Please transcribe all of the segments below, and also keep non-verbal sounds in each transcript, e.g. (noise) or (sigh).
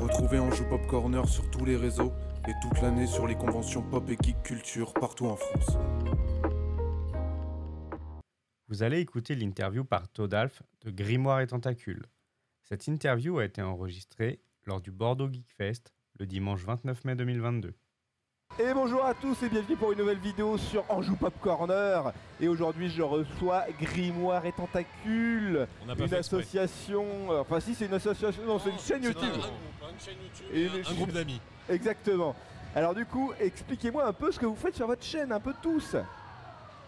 Retrouvez Anjou Pop Corner sur tous les réseaux et toute l'année sur les conventions pop et geek culture partout en France. Vous allez écouter l'interview par Todalf de Grimoire et Tentacules. Cette interview a été enregistrée lors du Bordeaux Geek Fest le dimanche 29 mai 2022. Et bonjour à tous et bienvenue pour une nouvelle vidéo sur Anjou Pop Corner. Et aujourd'hui, je reçois Grimoire et Tentacule, On n'a pas une fait exprès. association. Enfin, si, c'est une association, non, c'est une chaîne C'est un- YouTube. Un, une chaîne YouTube Et et une- un, un groupe d'amis. Exactement. Alors, du coup, expliquez-moi un peu ce que vous faites sur votre chaîne, un peu tous.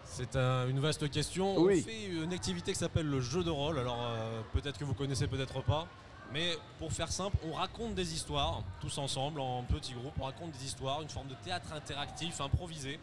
C'est un- une vaste question. Oui. On fait une activité qui s'appelle le jeu de rôle. Alors euh, peut-être que vous connaissez, peut-être pas. Mais pour faire simple, on raconte des histoires, tous ensemble, en petits groupes. On raconte des histoires, une forme de théâtre interactif, improvisé.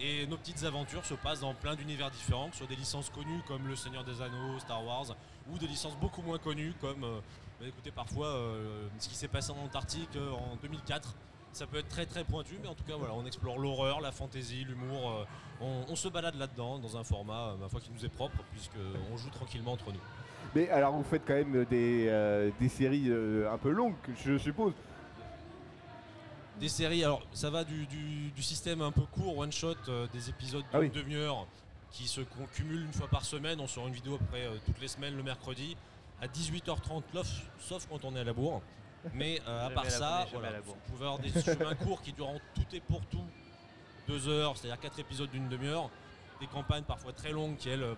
Et nos petites aventures se passent dans plein d'univers différents, que ce soit des licences connues comme Le Seigneur des Anneaux, Star Wars, ou des licences beaucoup moins connues comme, euh, bah, écoutez, parfois euh, ce qui s'est passé en Antarctique euh, en 2004. Ça peut être très très pointu, mais en tout cas, voilà, on explore l'horreur, la fantaisie, l'humour. euh, on, on se balade là-dedans dans un format, euh, ma foi, qui nous est propre, puisqu'on joue tranquillement entre nous. Mais alors, vous faites quand même des, euh, des séries euh, un peu longues, je suppose. Des séries, alors ça va du, du- du système un peu court, one shot, euh, des épisodes de Ah oui. demi-heure qui se con- cumulent une fois par semaine. On sort une vidéo après euh, toutes les semaines le mercredi à 18h30, sauf, sauf quand on est à la bourre. Mais euh, à Jamais part à la- ça, on est jamais voilà, à la vous bourre. pouvez (laughs) avoir des chemins courts qui durent en tout et pour tout deux heures, c'est-à-dire quatre épisodes d'une demi-heure. Des campagnes parfois très longues qui, elle, euh,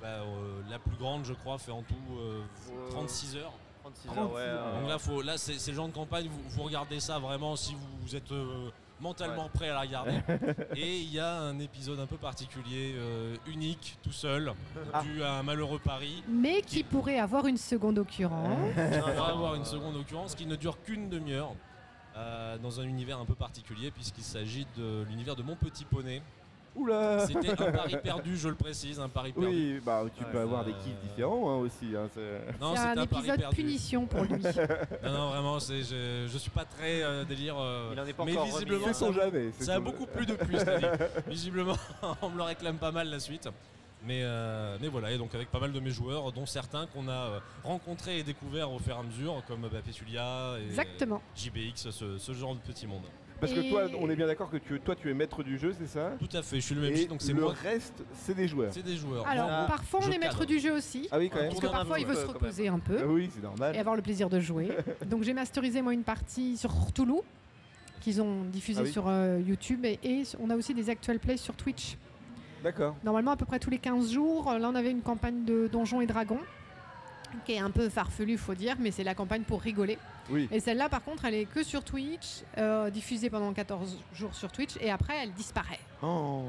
la plus grande, je crois, fait en tout euh, Wow. 36 heures. 36 heures, ouais. 36 heures. euh, Donc (laughs) là, faut, là c'est c'est le genre de campagne, vous, vous regardez ça vraiment si vous, vous êtes euh, mentalement prêt à la (laughs) regarder. Et il y a un épisode un peu particulier, euh, unique, tout seul, Ah. dû à un malheureux pari. mais qui pourrait avoir une seconde occurrence. Ah. On va avoir une seconde occurrence qui ne dure qu'une demi-heure euh, dans un univers un peu particulier, puisqu'il s'agit de l'univers de Mon Petit Poney. Oula C'était un (laughs) pari perdu, je le précise, un pari perdu. Oui, bah tu Ouais, peux avoir des euh, kiffs différents hein, aussi. hein, c'est- Non, c'est c'était un, pari épisode perdu. punition (laughs) pour lui. Non, non, vraiment, c'est- je, je suis pas très euh, délire. euh, Il en est pas mais encore visiblement, remis, hein. C'est son jamais. c'est Ça a son- beaucoup plu depuis, (laughs) c'est-à-dire. Visiblement, (laughs) on me le réclame pas mal la suite. Mais, euh, mais voilà, et donc avec pas mal de mes joueurs, dont certains qu'on a euh, rencontrés et découverts au fur et à mesure, comme bah, Pétulia et Exactement. JBX, ce, ce genre de petit monde. (laughs) Parce que toi, Et- on est bien d'accord que tu, toi, tu es maître du jeu, c'est ça Tout à fait, je suis le même Et donc c'est le moi. reste, c'est des joueurs. C'est des joueurs. Alors, Moi, parfois on je est maître cadre. du jeu aussi, Ah oui, quand même. parce que tourne un parfois peu, il veut ouais, se quand même. reposer un peu Ah oui, c'est et normal. avoir le plaisir de jouer. (laughs) Donc j'ai masterisé moi une partie sur Toulouse qu'ils ont diffusée Ah oui. sur euh, YouTube et, et on a aussi des actual plays sur Twitch. D'accord. Normalement à peu près tous les 15 jours, euh, là on avait une campagne de Donjons et Dragons qui est un peu farfelue faut dire, mais c'est la campagne pour rigoler. Oui. Et celle-là, par contre, elle est que sur Twitch, euh, diffusée pendant 14 jours sur Twitch, et après, elle disparaît. Oh.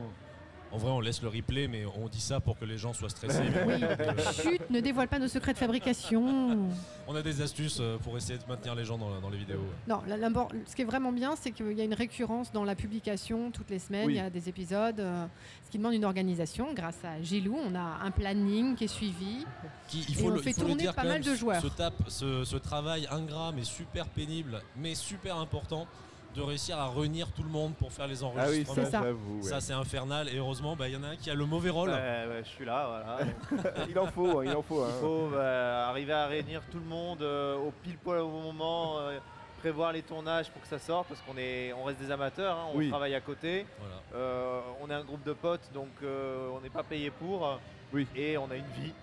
En vrai, on laisse le replay, mais on dit ça pour que les gens soient (laughs) stressés. Oui. Donc, euh, Chut, ne dévoile pas nos secrets de fabrication. on a des astuces euh, pour essayer de maintenir les gens dans, la- dans les vidéos. Non, la- l'impo- ce qui est vraiment bien, c'est qu'il y a une récurrence dans la publication toutes les semaines. Oui. Il y a des épisodes, euh, ce qui demande une organisation. Grâce à Gilou, on a un planning qui est suivi. Qui- il Et faut on le, fait il faut le tourner dire pas quand mal même, de ce- joueurs. Ce, tape, ce, ce travail ingrat mais super pénible, mais super important de réussir à réunir tout le monde pour faire les Ah oui, enregistrements. ça, C'est ça. j'avoue. ouais. Ça, c'est infernal et heureusement bah, il y en a un qui a le mauvais rôle. Ouais, ouais, je suis là, voilà. Donc, (laughs) Il en faut, hein, il en faut. il hein. faut bah, arriver à réunir tout le monde euh, au pile poil au bon moment, euh, prévoir les tournages pour que ça sorte, parce qu'on est, on reste des amateurs, hein, on Oui. travaille à côté, Voilà. euh, on est un groupe de potes, donc euh, on n'est pas payé pour, Oui. et on a une vie.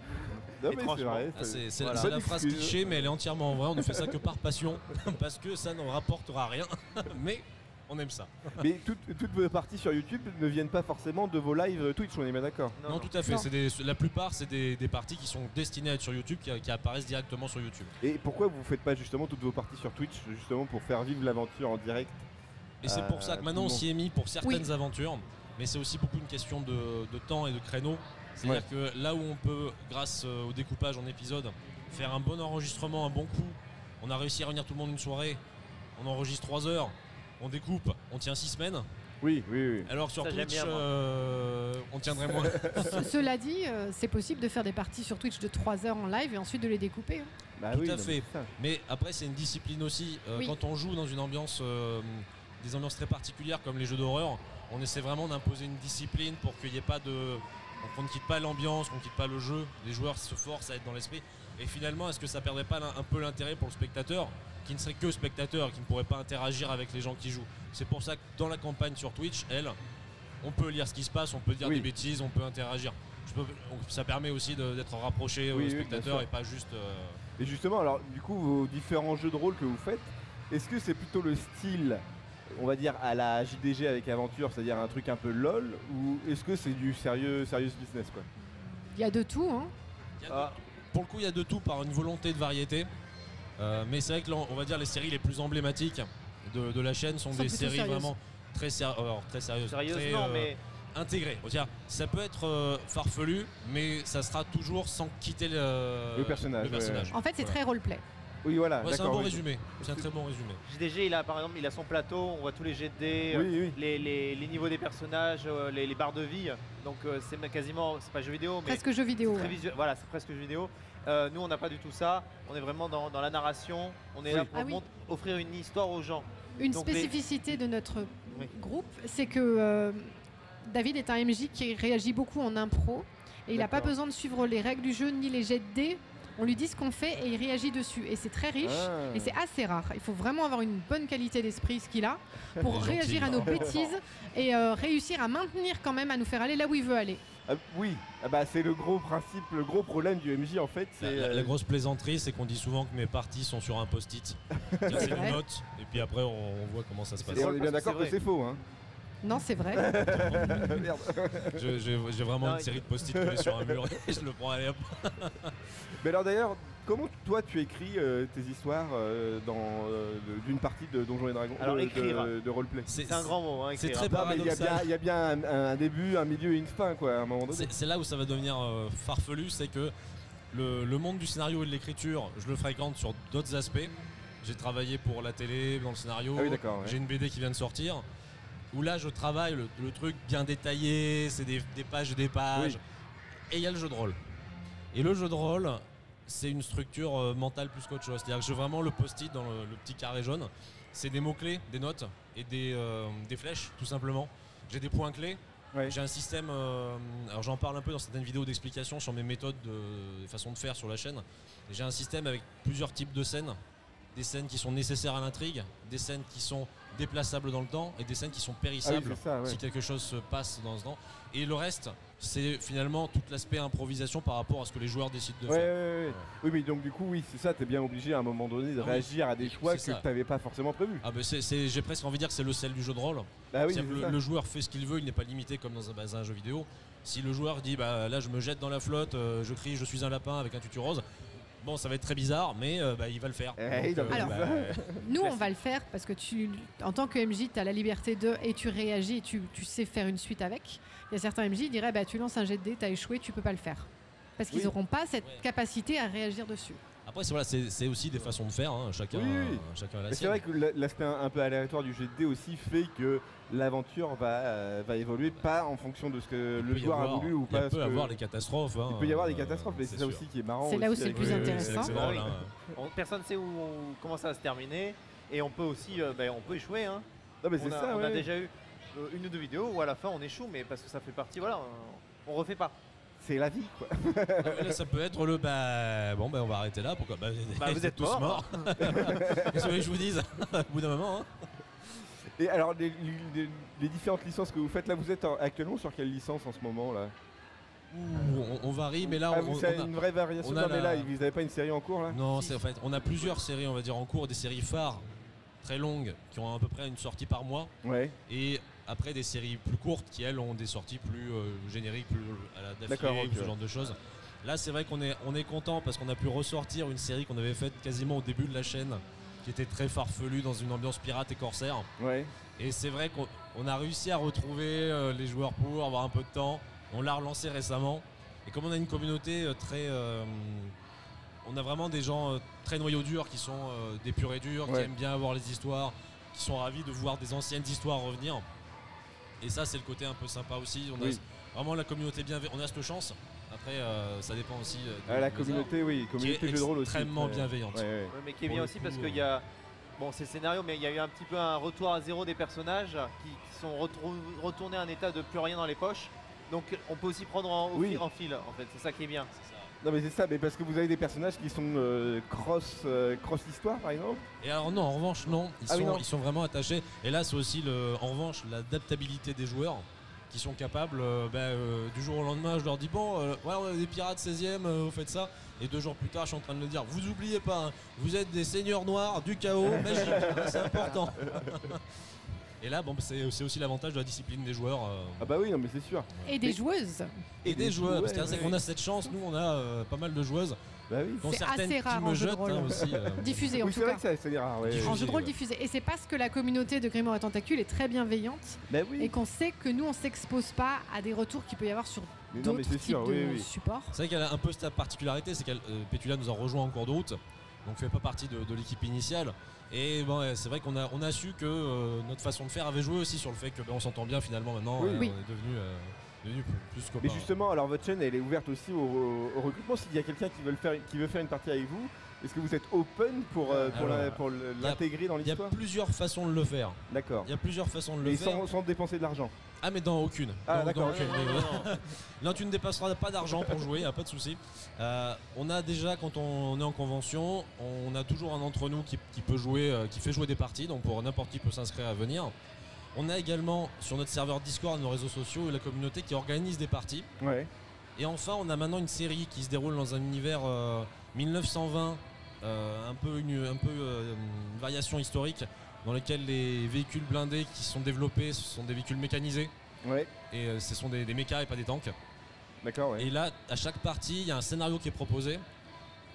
Non, mais c'est étrangement. vrai. Ah, c'est c'est- Voilà. c'est Bonne la phrase excuse. cliché, mais elle est entièrement vraie. On ne fait ça que par passion (laughs) parce que ça ne rapportera rien, (laughs) mais on aime ça. Mais toutes, toutes vos parties sur YouTube ne viennent pas forcément de vos lives euh, Twitch, on est bien d'accord. Non, tout à fait. Non. c'est des- la plupart, c'est des, des parties qui sont destinées à être sur YouTube, qui, qui apparaissent directement sur YouTube. Et pourquoi vous faites pas justement toutes vos parties sur Twitch, justement pour faire vivre l'aventure en direct Et c'est Euh, pour ça que maintenant tout on le s'y est mis pour certaines aventures, mais c'est aussi beaucoup une question de, de temps et de créneau. C'est-à-dire que là où on peut, grâce euh, au découpage en épisodes, faire un bon enregistrement, un bon coup, on a réussi à réunir tout le monde une soirée, on enregistre 3 heures, on découpe, on tient 6 semaines, Oui, oui, oui. alors que sur Ça, j'aime Twitch, bien, moi. euh, on tiendrait moins. Ce- Cela dit, euh, c'est possible de faire des parties sur Twitch de 3 heures en live et ensuite de les découper. hein. Bah Tout oui, à non, fait. mais c'est ça. Mais après, c'est une discipline aussi. Euh, Oui. Quand on joue dans une ambiance, euh, des ambiances très particulières comme les jeux d'horreur, on essaie vraiment d'imposer une discipline pour qu'il n'y ait pas de. qu'on ne quitte pas l'ambiance, qu'on ne quitte pas le jeu. Les joueurs se forcent à être dans l'esprit. Et finalement, est-ce que ça perdrait pas l'in- un peu l'intérêt pour le spectateur qui ne serait que spectateur, qui ne pourrait pas interagir avec les gens qui jouent C'est pour ça que dans la campagne sur Twitch, elle, on peut lire ce qui se passe, on peut dire Oui. des bêtises, on peut interagir. Je peux- on- ça permet aussi de- d'être Oui, rapproché aux oui, spectateurs bien sûr. et pas juste. euh, Et justement, alors du coup, vos différents jeux de rôle que vous faites, est-ce que c'est plutôt le style, on va dire, à la JDG avec aventure, c'est-à-dire un truc un peu lol, ou est-ce que c'est du sérieux, serious business quoi Il y a de tout. hein. Il y a de- Ah, Pour le coup, il y a de tout par une volonté de variété. Euh, mais c'est vrai que là, on va dire les séries les plus emblématiques de, de la chaîne sont, Sont des plutôt séries sérieuses. vraiment très, séri- euh, alors, très sérieuses. sérieuse, très, non, euh, mais intégrées. On va dire, ça peut être euh, farfelu, mais ça sera toujours sans quitter le, Le personnage, ouais, En fait, c'est Voilà. très roleplay. Oui, voilà. Ouais, c'est un d'accord, bon oui. résumé. C'est un très bon résumé. JDG, il a par exemple, il a son plateau, on voit tous les jets de dés, Oui, euh, oui. les, les- les niveaux des personnages, euh, les, les barres de vie. Donc euh, c'est ma- quasiment, c'est pas jeu vidéo, mais Presque jeu vidéo. très ouais. visuel. Voilà, c'est presque jeu vidéo. Euh, nous, on n'a pas du tout ça. On est vraiment dans, dans la narration. On est là pour Ah oui. mont- offrir une histoire aux gens. Une Donc, les- spécificité de notre Oui. groupe, c'est que euh, David est un MJ qui réagit beaucoup en impro et il n'a pas D'accord. besoin de suivre les règles du jeu ni les jets de dés. On lui dit ce qu'on fait et il réagit dessus. Et c'est très riche. Ah. Et c'est assez rare. Il faut vraiment avoir une bonne qualité d'esprit, ce qu'il a, pour (laughs) Il est réagir à nos gentil. bêtises et euh, réussir à maintenir quand même, à nous faire aller là où il veut aller. Ah, oui, Ah bah, c'est le gros principe, le gros problème du MJ en fait, La, c'est la- la euh, grosse plaisanterie, c'est qu'on dit souvent que mes parties sont sur (laughs) un post-it. Tiens, c'est une vrai. note, et puis après, on, on voit comment ça se passe. et on parce est que bien d'accord c'est que vrai. c'est faux. (laughs) Hein. Non, c'est vrai. Merde. Je- J'ai j'ai vraiment Non, une il- série de post-it collés sur un mur, (laughs) et je le prends, allez hop. (laughs) Mais alors d'ailleurs, comment toi tu écris euh, tes histoires euh, dans, euh, de- d'une partie de Donjons et Dragons Alors, de, de- écrire. de roleplay C'est un grand mot. hein, c'est très écrire. Non, mais il y a paradoxal. bien, il y a bien un, un début, un milieu et une fin, quoi, à un moment donné. C'est c'est là où ça va devenir euh, farfelu, c'est que le, le monde du scénario et de l'écriture, je le fréquente sur d'autres aspects. J'ai travaillé pour la télé, dans le scénario. Ah oui, d'accord. ouais. J'ai une BD qui vient de sortir, où là je travaille le, le truc bien détaillé, c'est des, des pages et des pages. Et il y a le jeu de rôle. Et le jeu de rôle, c'est une structure euh, mentale plus qu'autre chose. C'est-à-dire que je veux vraiment le post-it dans le, le petit carré jaune. C'est des mots-clés, des notes et des, euh, des flèches, tout simplement. J'ai des points clés. Ouais. J'ai un système, euh, alors j'en parle un peu dans certaines vidéos d'explication sur mes méthodes de, des façons de faire sur la chaîne. J'ai un système avec plusieurs types de scènes. Des scènes qui sont nécessaires à l'intrigue, des scènes qui sont déplaçables dans le temps et des scènes qui sont Ah oui, périssables c'est ça, ouais. si quelque chose se passe dans ce temps. Et le reste, c'est finalement tout l'aspect improvisation par rapport à ce que les joueurs décident de Ouais, ouais, faire. ouais, ouais. Oui, mais donc du coup, oui, c'est ça, t'es bien obligé à un moment donné de Ah oui. réagir à des choix C'est ça. que t'avais pas forcément prévus. Ah ben c'est- c'est- j'ai presque envie de dire que c'est le sel du jeu de rôle. Bah oui, C'est-à-dire c'est que ça. le, le joueur fait ce qu'il veut, il n'est pas limité comme dans un, dans un jeu vidéo. Si le joueur dit bah là je me jette dans la flotte, euh, je crie je suis un lapin avec un tutu rose, bon ça va être très bizarre mais euh, bah, il va le faire. Eh, il Donc, a Alors, bah, Nous, on va le faire parce que tu, en tant que MJ, tu as la liberté de et tu réagis et tu, tu sais faire une suite avec. Il y a certains MJ qui diraient bah, tu lances un jet de dés, tu as échoué, tu peux pas le faire. Parce qu'ils Oui. n'auront pas cette Ouais. capacité à réagir dessus. (laughs) Après c'est voilà, c'est- c'est aussi des façons de faire, hein. chacun, Oui, oui, oui. chacun a la Mais c'est sienne. vrai que la- l'aspect un un peu aléatoire du GD aussi fait que l'aventure va, euh, va évoluer pas en fonction de ce que Il le peut y joueur a avoir- voulu ou pas. Il ce peut y que- avoir des catastrophes. hein. Il peut y avoir des Euh, catastrophes, mais c'est ça sûr. aussi Ah qui est marrant. C'est là où aussi c'est le avec plus Oui, oui, intéressant. c'est- c'est drôle, hein. On- personne ne sait où, où- comment ça va se terminer. Et on peut aussi, euh, ben, on peut échouer. hein. Non, mais on, c'est a, ça, on a ouais. déjà eu euh, une ou deux vidéos où à la fin on échoue, mais parce que ça fait partie. Voilà, on, on refait pas. C'est la vie, quoi. Ah, mais là, ça peut être le bah bon bah on va arrêter là pourquoi bah, (laughs) Bah, vous êtes tous morts. morts. Qu'est-ce que vous voulez que je vous dise (laughs) au bout d'un moment hein. Et alors, les, les- les différentes licences que vous faites, là, vous êtes en- actuellement sur quelle licence en ce moment, là Ouh, on, on varie mais là Ah, on, vous on avez a- une vraie variation. on a Non, mais là, la- vous n'avez pas une série en cours, là non c'est en fait on a plusieurs séries on va dire en cours des séries phares très longues qui ont à peu près une sortie par mois Ouais. et après des séries plus courtes qui elles ont des sorties plus euh, génériques plus euh, à la D'accord, d'affilée ok, ou ce genre de choses là c'est vrai qu'on est on est content parce qu'on a pu ressortir une série qu'on avait faite quasiment au début de la chaîne qui était très farfelue dans une ambiance pirate et corsaire Ouais. Et c'est vrai qu'on on a réussi à retrouver euh, les joueurs pour avoir un peu de temps. On l'a relancé récemment. Et comme on a une communauté euh, très. euh, on a vraiment des gens euh, très noyaux durs qui sont euh, des purs et durs, qui Ouais. aiment bien avoir les histoires, qui sont ravis de voir des anciennes histoires revenir. Et ça, c'est le côté un peu sympa aussi. On a Oui. vraiment la communauté bienveillante. On a cette chance. Après, euh, ça dépend aussi. euh, de Ah, la nos arts, communauté, oui, qui est communauté jeu de rôle aussi. extrêmement ouais. bienveillante. Ouais, ouais. Ouais, mais qui est Pour le bien aussi coup, parce euh, qu'il y a. Bon, c'est le scénario, mais il y a eu un petit peu un retour à zéro des personnages qui, qui sont retrou- retournés à un état de plus rien dans les poches. Donc on peut aussi prendre en, au Oui. fil, en fil, en fait. C'est ça qui est bien. c'est ça. Non mais c'est ça, mais parce que vous avez des personnages qui sont euh, cross, euh, cross histoire par exemple. Et alors non, en revanche, non. Ils, Ah sont, oui, non. ils sont vraiment attachés. Et là, c'est aussi, le, en revanche, l'adaptabilité des joueurs qui sont capables, euh, bah, euh, du jour au lendemain, je leur dis, bon, euh, ouais, on est des pirates 16e, euh, vous faites ça. Et deux jours plus tard, je suis en train de le dire, vous oubliez pas, hein, vous êtes des seigneurs noirs (laughs) du chaos magique, hein, c'est important. (laughs) Et là, bon, c'est c'est aussi l'avantage de la discipline des joueurs. euh, Ah bah oui, non mais c'est sûr. Et des joueuses. et, des, joueurs, parce ouais, qu'on ouais, a cette chance, nous on a euh, pas mal de joueuses, Bah oui. dont C'est certaines assez rare qui en me jeu de jettent rôle. hein, aussi. (laughs) euh, Diffusées en Oui, tout c'est vrai cas. que ça, c'est rare. ouais. Diffusé. En jeu de rôle ouais. diffusé. Et c'est parce que la communauté de Grimoire et Tentacule est très bienveillante Bah oui. et qu'on sait que nous, on s'expose pas à des retours qu'il peut y avoir sur Mais non, d'autres mais c'est types sûr, de oui, oui. supports. C'est vrai qu'elle a un peu sa particularité, c'est qu'elle euh, Pétula nous a rejoint en cours de route, donc fait pas partie de, de l'équipe initiale. Et bon, ouais, c'est vrai qu'on a, on a su que euh, notre façon de faire avait joué aussi sur le fait que ben, on s'entend bien finalement maintenant, Oui. euh, Oui. on est devenu, euh, devenu plus, plus Mais copains. justement, alors votre chaîne, elle est ouverte aussi au, au- au recrutement. S'il y a quelqu'un qui veut, le faire, qui veut faire une partie avec vous, est-ce que vous êtes open pour, euh, pour Alors, la- pour le- y a- l'intégrer dans Il y a l'histoire plusieurs façons de le faire. D'accord. Il y a plusieurs façons de le Et faire. sans, sans dépenser de l'argent. Ah mais dans aucune. Ah, Dans- d'accord, dans ok. aucune. euh, Non, tu ne dépasseras pas d'argent pour jouer, y a pas de souci. Euh, on a déjà quand on est en convention, on a toujours un d'entre nous qui, qui peut jouer, euh, qui fait jouer des parties, donc pour n'importe qui peut s'inscrire à venir. On a également sur notre serveur Discord, nos réseaux sociaux et la communauté qui organise des parties. Ouais. Et enfin, on a maintenant une série qui se déroule dans un univers euh, 1920, euh, un peu, une, un peu euh, une variation historique, dans lequel les véhicules blindés qui sont développés, ce sont des véhicules mécanisés. Ouais. Et euh, ce sont des, des mechas et pas des tanks. D'accord, ouais. Et là, à chaque partie, il y a un scénario qui est proposé.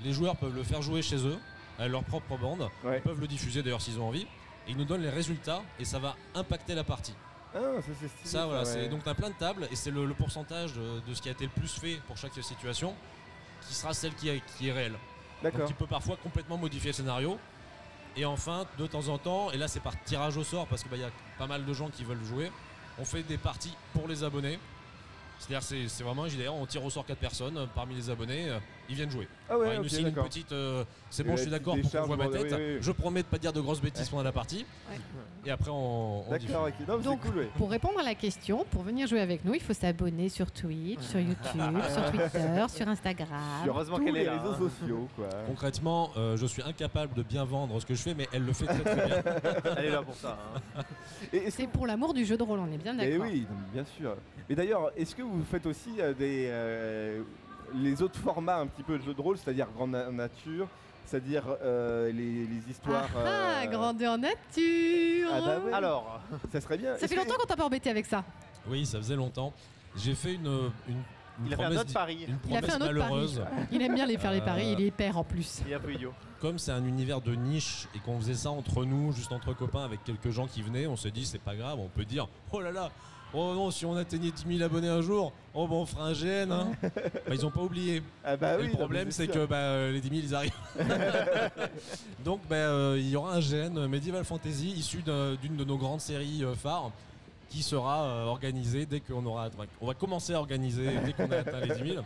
Les joueurs peuvent le faire jouer chez eux, à leur propre bande. Ouais. Ils peuvent le diffuser d'ailleurs s'ils ont envie. Et ils nous donnent les résultats et ça va impacter la partie. Ah, ça c'est stylé. Ça, voilà, c'est ouais. donc t'as plein de tables et c'est le, le pourcentage de, de ce qui a été le plus fait pour chaque situation qui sera celle qui, est- qui est réelle. Donc D'accord. tu peux parfois complètement modifier le scénario. Et enfin, de temps en temps, et là c'est par tirage au sort parce qu'il y a pas mal de gens qui veulent jouer, on fait des parties pour les abonnés. C'est-à-dire c'est- c'est vraiment un JDR, on tire au sort 4 personnes euh, parmi les abonnés, euh, ils viennent jouer. Ah ouais, Enfin, ils ok, nous signent une d'accord. petite... euh, c'est Et bon, la je suis petite d'accord pour qu'on décharge, voit ma bon, tête. oui, oui, oui. Je promets de pas dire de grosses bêtises pendant la partie. Ouais. Et après on... on diffuse. D'accord, ok. Non, mais Donc- c'est cool, ouais. Pour répondre à la question, pour venir jouer avec nous, il faut s'abonner sur Twitch, sur YouTube, (laughs) sur Twitter, sur Instagram. Sur heureusement tous qu'elle est les là, réseaux hein. sociaux, (laughs) quoi. Concrètement, euh, je suis incapable de bien vendre ce que je fais, mais elle le fait très très bien. (laughs) (laughs) Elle est là pour ça. hein. Et est-ce C'est pour l'amour du jeu de rôle, on est bien Mais d'accord. oui, non, mais bien sûr. Mais d'ailleurs, est-ce que vous faites aussi euh, des, euh, les autres formats un petit peu de jeux de rôle, c'est-à-dire grande na- nature, c'est-à-dire euh, les, les Ah, histoires. ah, euh, grandeur nature Ah bah ouais. Alors, Ça serait bien. Ça fait longtemps qu'on t'a pas embêté avec ça. Oui, ça faisait longtemps. J'ai fait une, une, une il a fait un promesse, autre pari. une Il a fait promesse un autre pari. malheureuse. Il aime bien les faire les paris, Euh, il est hyper en plus. Il est un (laughs) peu idiot. Comme c'est un univers de niche et qu'on faisait ça entre nous, juste entre copains, avec quelques gens qui venaient, on se dit c'est pas grave, on peut dire oh là là, oh non, si on atteignait 10 000 abonnés un jour, oh bon, on fera un GN. hein. Bah, ils ont pas oublié. Ah bah Et oui, le non, mais problème, c'est sûr. que bah, euh, les 10 000 (laughs) ils arrivent. Donc bah, euh, il y aura un GN Medieval Fantasy issu d'un- d'une de nos grandes séries euh, phares qui sera euh, organisée dès qu'on aura. enfin, On va commencer à organiser dès qu'on a atteint les 10 000.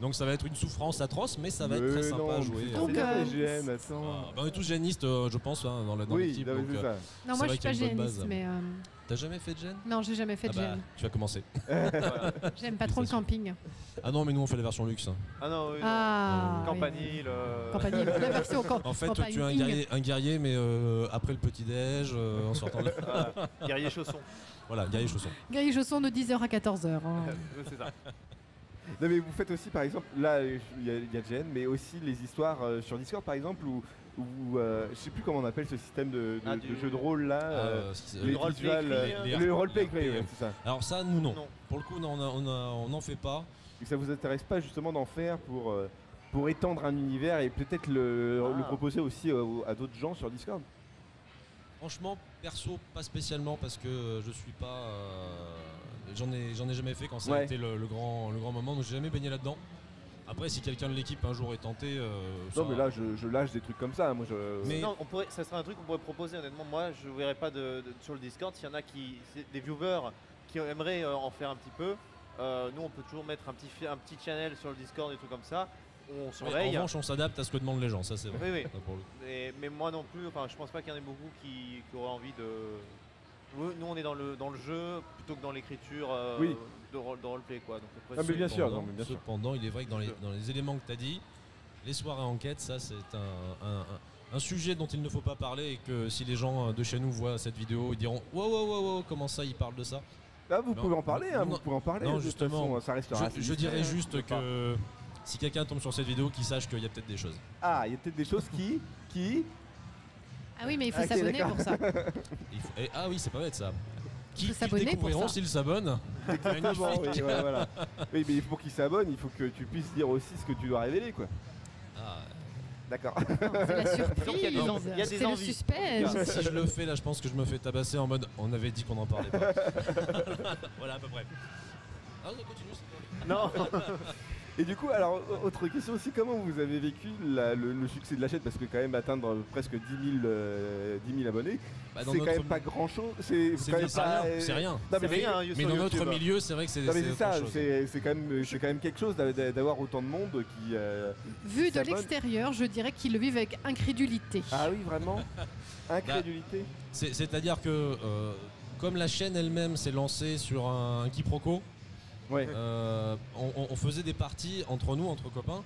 Donc ça va être une souffrance atroce, mais ça va être Mais très sympa non, à mais jouer. hein. c'est Donc, bien, euh, les GM, attends. Ah, bah, on est tous génistes, euh, je pense, hein, dans la- dans oui, l'équipe. non, mais donc, c'est euh, ça. Non, C'est moi je vrai suis pas qu'il y a une bonne géaniste, base. mais euh, T'as jamais fait de gène non, j'ai jamais fait de Ah bah, gène. Tu vas commencer. Voilà. (laughs) J'aime pas trop le camping. Ah non, mais nous on fait la version luxe. Ah non, oui, non. Ah, oui. Campanile. euh, Campanile. La version cam- En fait, toi, campagne. tu es un guerrier, un guerrier, mais euh, après le petit déj, euh, en sortant. de- voilà. Guerrier chausson. Voilà, guerrier chausson. Guerrier chausson de 10h à 14h. hein. (laughs) Ouais, c'est ça. Non mais vous faites aussi par exemple, là euh, il y, a- il y a GN, mais aussi les histoires euh, sur Discord par exemple, ou ou, euh, je sais plus comment on appelle ce système de, de- Ah, de du- jeu de rôle là. euh, Euh, c'est- les le roleplay visuals, écrit, euh, hein. le roleplay, écrit, RP, ouais, ouais. c'est ça. Alors ça, nous non. Non. Pour le coup, non, on a- on a- on n'en fait pas. Et ça vous intéresse pas justement d'en faire pour, euh, pour étendre un univers et peut-être le, Ah. le proposer aussi euh, au- à d'autres gens sur Discord Franchement, perso, pas spécialement parce que euh, je suis pas. euh, j'en ai, j'en ai jamais fait quand ça a Ouais. été le, le grand, le grand moment. Donc j'ai jamais baigné là-dedans. Après, si quelqu'un de l'équipe un jour est tenté, euh, Non ça- mais là je, je lâche des trucs comme ça, moi je... Mais- Et- Non, on pourrait, ça serait un truc qu'on pourrait proposer honnêtement. Moi, je verrais pas de, de- sur le Discord. S'il y en a qui, c'est des viewers qui aimeraient euh, en faire un petit peu, euh, nous on peut toujours mettre un petit, fi- un petit channel sur le Discord et tout comme ça. On Ouais, en hein. surveille. revanche, on s'adapte à ce que demandent les gens. Ça, c'est vrai. oui, oui. Ça, pour le coup. Mais, mais moi non plus. Enfin, je pense pas qu'il y en ait beaucoup qui, qui auraient envie de. Nous, nous, on est dans le dans le jeu plutôt que dans l'écriture. euh, Oui. de, role- de roleplay quoi. Donc après, Ah, mais c'est- bien sûr, Cependant- non, mais bien sûr. Cependant, il est vrai que dans les, dans les éléments que tu as dit, les soirées enquête, ça c'est un, un- un- un sujet dont il ne faut pas parler et que si les gens euh, de chez nous voient cette vidéo, ils diront Wow, wow, wow, wow, comment ça, ils parlent de ça Là, vous Non, pouvez en parler, hein, non, vous pouvez en parler. non, de toute justement. façon, ça reste Je, je dirais juste que si quelqu'un tombe sur cette vidéo, qu'il sache qu'il y a peut-être des choses. Ah, il y a peut-être des choses qui. qui Ah oui, mais il faut Ok, s'abonner d'accord. pour ça. Il faut- et- ah oui, c'est pas bête ça. Qui, Faut qui s'abonner pour découvriront ça. s'ils s'abonnent Exactement, oui, Magnifique. voilà, voilà. Oui, mais pour qu'ils s'abonnent, il faut que tu puisses dire aussi ce que tu dois révéler, quoi. Ah, D'accord. (laughs) Non, C'est la Donc, il y a des surprise. envies. Il y a des C'est le envies. suspense. si je le fais là, je pense que je me fais tabasser en mode on avait dit qu'on en (laughs) parlait pas. voilà à peu près. Ah, on continue, c'est pas- Non, (laughs) Et du coup, alors, au- autre question aussi, comment vous avez vécu la- le, le succès de la chaîne Parce que, quand même, atteindre presque 10 000, euh, 10 000 abonnés, Bah, c'est dans quand notre- même pas grand chose. C'est C'est quand bien, même c'est pas- euh, rien, c'est rien. Non, c'est mais rien. Mais sur dans YouTube. notre milieu, c'est vrai que c'est hein. Non, mais c'est c'est autre ça, chose. c'est c'est quand, même- euh, c'est quand même quelque chose d'a- d'a- d'avoir autant de monde qui. euh, Vu de s'abonne. l'extérieur, je dirais qu'ils le vivent avec incrédulité. Ah oui, (laughs) vraiment Bah, Incrédulité C'est- C'est-à-dire que euh, comme la chaîne elle-même s'est lancée sur un, quiproquo, Ouais. euh, on, on- on faisait des parties entre nous, entre copains.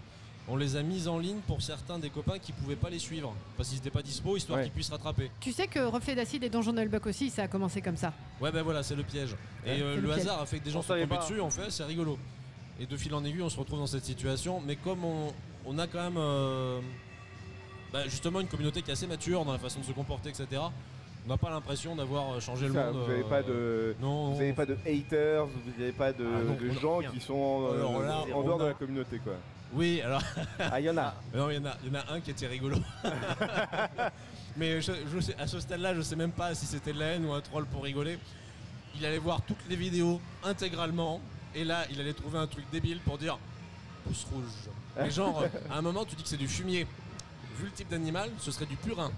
On les a mises en ligne pour certains des copains qui pouvaient pas les suivre parce qu'ils n'étaient pas dispo, histoire Ouais. qu'ils puissent rattraper. Tu sais que Reflet d'Acide et Donjon Nullbuck aussi, ça a commencé comme ça. Ouais, ben voilà, c'est le piège. Ouais. Et euh, C'est le, le piège. hasard a fait que des gens On sont savait tombés pas. dessus, on fait, c'est rigolo. Et de fil en aiguille, on se retrouve dans cette situation. Mais comme on, on a quand même euh, bah, justement une communauté qui est assez mature dans la façon de se comporter, etc., on n'a pas l'impression d'avoir euh, changé le Ça, monde. Vous n'avez euh, pas de. Non, Vous on- n'avez pas de haters, vous n'avez pas de, Ah non, de on a gens rien. qui sont euh, Alors là, en on dehors a- de la communauté (laughs) quoi. oui, alors Ah, il y en a. Non, il y, en a- il y en a un qui (laughs) était rigolo. Mais je- je sais- à ce stade-là, je sais même pas si c'était de la haine ou un troll pour rigoler. Il allait voir toutes les vidéos intégralement. Et là, il allait trouver un truc débile pour dire pouce rouge. Mais genre, à un moment, tu dis que c'est du fumier. Vu le type d'animal, ce serait (laughs) du purin.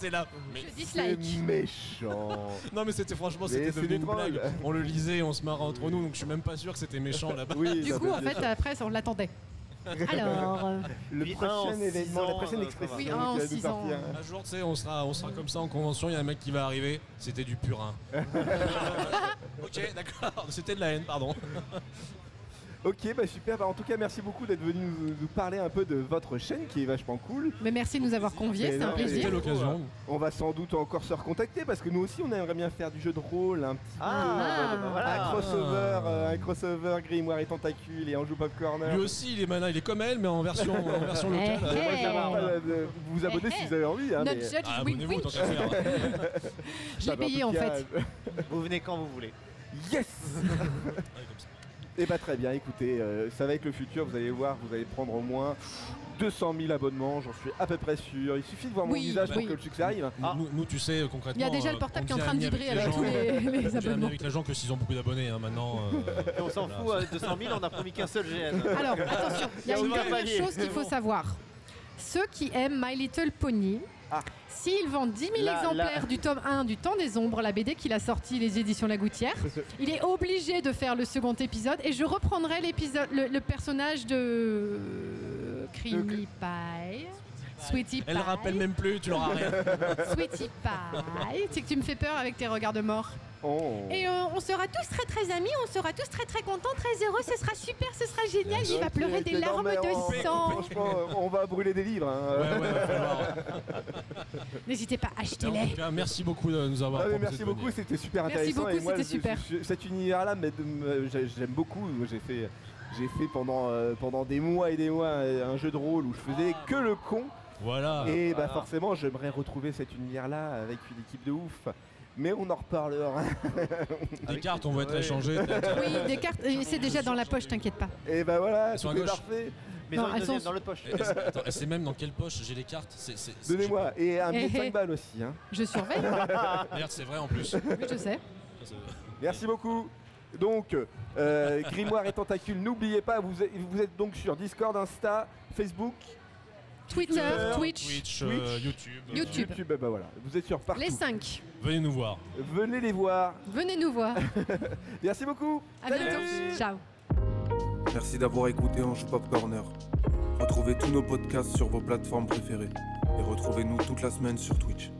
T'es là. Mais- Je C'est (laughs) dislike. méchant. non, mais c'était franchement, Mais c'était c'est devenu des une trolls. blague. On le lisait, on se marrait entre nous, donc je suis même pas sûr que c'était méchant là-bas. oui, Du non, coup, mais en bien fait, sûr. après, ça, on l'attendait. (laughs) Alors, euh, le Puis un en prochain six événement, la ans, prochaine euh, expression ça va. Oui, un en qui va nous six sortir. ans. Un jour, tu sais, on sera, on sera comme ça en convention, il y a un mec qui va arriver, c'était du (laughs) purin. ok, d'accord, c'était de la haine, pardon. Ok, bah super. Bah, en tout cas, merci beaucoup d'être venu nous, nous parler un peu de votre chaîne qui est vachement cool. mais merci de nous avoir conviés, Mais c'est un non, mais plaisir. C'était l'occasion. On va sans doute encore se recontacter parce que nous aussi, on aimerait bien faire du jeu de rôle, un petit Ah, Ah. bah, peu, un voilà. crossover, euh, un crossover grimoire et tentacule et joue pop corner. hein. Lui aussi, il est malin, il est comme elle, mais en version, en version Eh, locale. eh. Moi, je demande pas hein. de- de euh, vous vous abonner Eh, si vous avez envie. hein, Not mais- judge, Ah, wink, abonnez-vous, wink. tant qu'à (laughs) faire. Je l'ai Bah, payé tout en cas, fait. vous venez quand vous voulez. (laughs) Yes Ouais, comme ça. Et bah très bien, écoutez, euh, ça va être le futur, vous allez voir, vous allez prendre au moins 200 000 abonnements, j'en suis à peu près sûr. Il suffit de voir mon Oui, visage pour oui. que le succès arrive. Ah. Nous, nous, tu sais, concrètement. Il y a déjà euh, le portable on qui est en devient train de amis vibrer les avec gens. euh, tous les, les On devient amis abonnements. avec les gens que s'ils ont beaucoup d'abonnés hein, maintenant. euh, (laughs) Et on s'en voilà, fout, euh, 200 000, on n'a promis qu'un (laughs) seul GN. Alors, attention, il y a Et on une va dernière parier. chose qu'il faut savoir. Ceux qui aiment My Little Pony, Ah. s'ils vendent 10 000 Là, exemplaires là. du tome 1 du Temps des Ombres, la BD qu'il a sorti, les éditions La Gouttière, il est obligé de faire le second épisode et je reprendrai l'épisode, le, le personnage de euh, Creamy Pie. Sweetie Pie. Elle rappelle même plus, tu l'auras rien. (laughs) Sweetie Pie. C'est que tu me fais peur avec tes regards de mort. Oh. Et euh, on sera tous très très amis, on sera tous très très contents, très heureux, ce sera super, ce sera génial, il va Ok, pleurer ok, des non, larmes mais on- de sang. Franchement, euh, on va brûler des livres. hein. Ouais, ouais, va falloir. N'hésitez pas, En achetez-les. tout cas, merci beaucoup de nous avoir. Ah, mais proposé merci de beaucoup, venir. c'était super Merci intéressant. beaucoup, et moi, c'était je- super. je- cet univers-là, mais de me- j'ai- j'aime beaucoup. J'ai fait, j'ai fait pendant, euh, pendant des mois et des mois euh, un jeu de rôle où je Ah. faisais que le con. Voilà. Et bah voilà. forcément, j'aimerais retrouver cet univers-là avec une équipe de ouf. Mais on en reparlera. (laughs) Des cartes, on va être Ouais. échangées. Oui, des cartes, et c'est déjà dans la poche, t'inquiète pas. Et bah voilà, Elles sont tout à est gauche. parfait. Mais Non, dans, le elles deuxième, sont- dans l'autre poche. Et- et- Attends, et c'est même dans quelle poche j'ai les cartes C'est- c'est- c'est- Donnez-moi. Et un (laughs) billet de Eh, 5 eh. balles aussi. hein. Je (laughs) surveille, je- D'ailleurs, c'est vrai en plus. oui, je sais. Merci beaucoup. Donc, euh, Grimoire et Tentacule, n'oubliez pas, vous êtes, vous êtes donc sur Discord, Insta, Facebook, Twitter, Twitch, Twitch, euh, Twitch. YouTube. euh, YouTube. YouTube. Bah voilà, vous êtes sur partout. les 5. venez nous voir. Venez les voir. Venez nous voir. Merci beaucoup. À Salut. bientôt. Ciao. Merci d'avoir écouté Anjou Pop Corner. Retrouvez tous nos podcasts sur vos plateformes préférées et retrouvez-nous toute la semaine sur Twitch.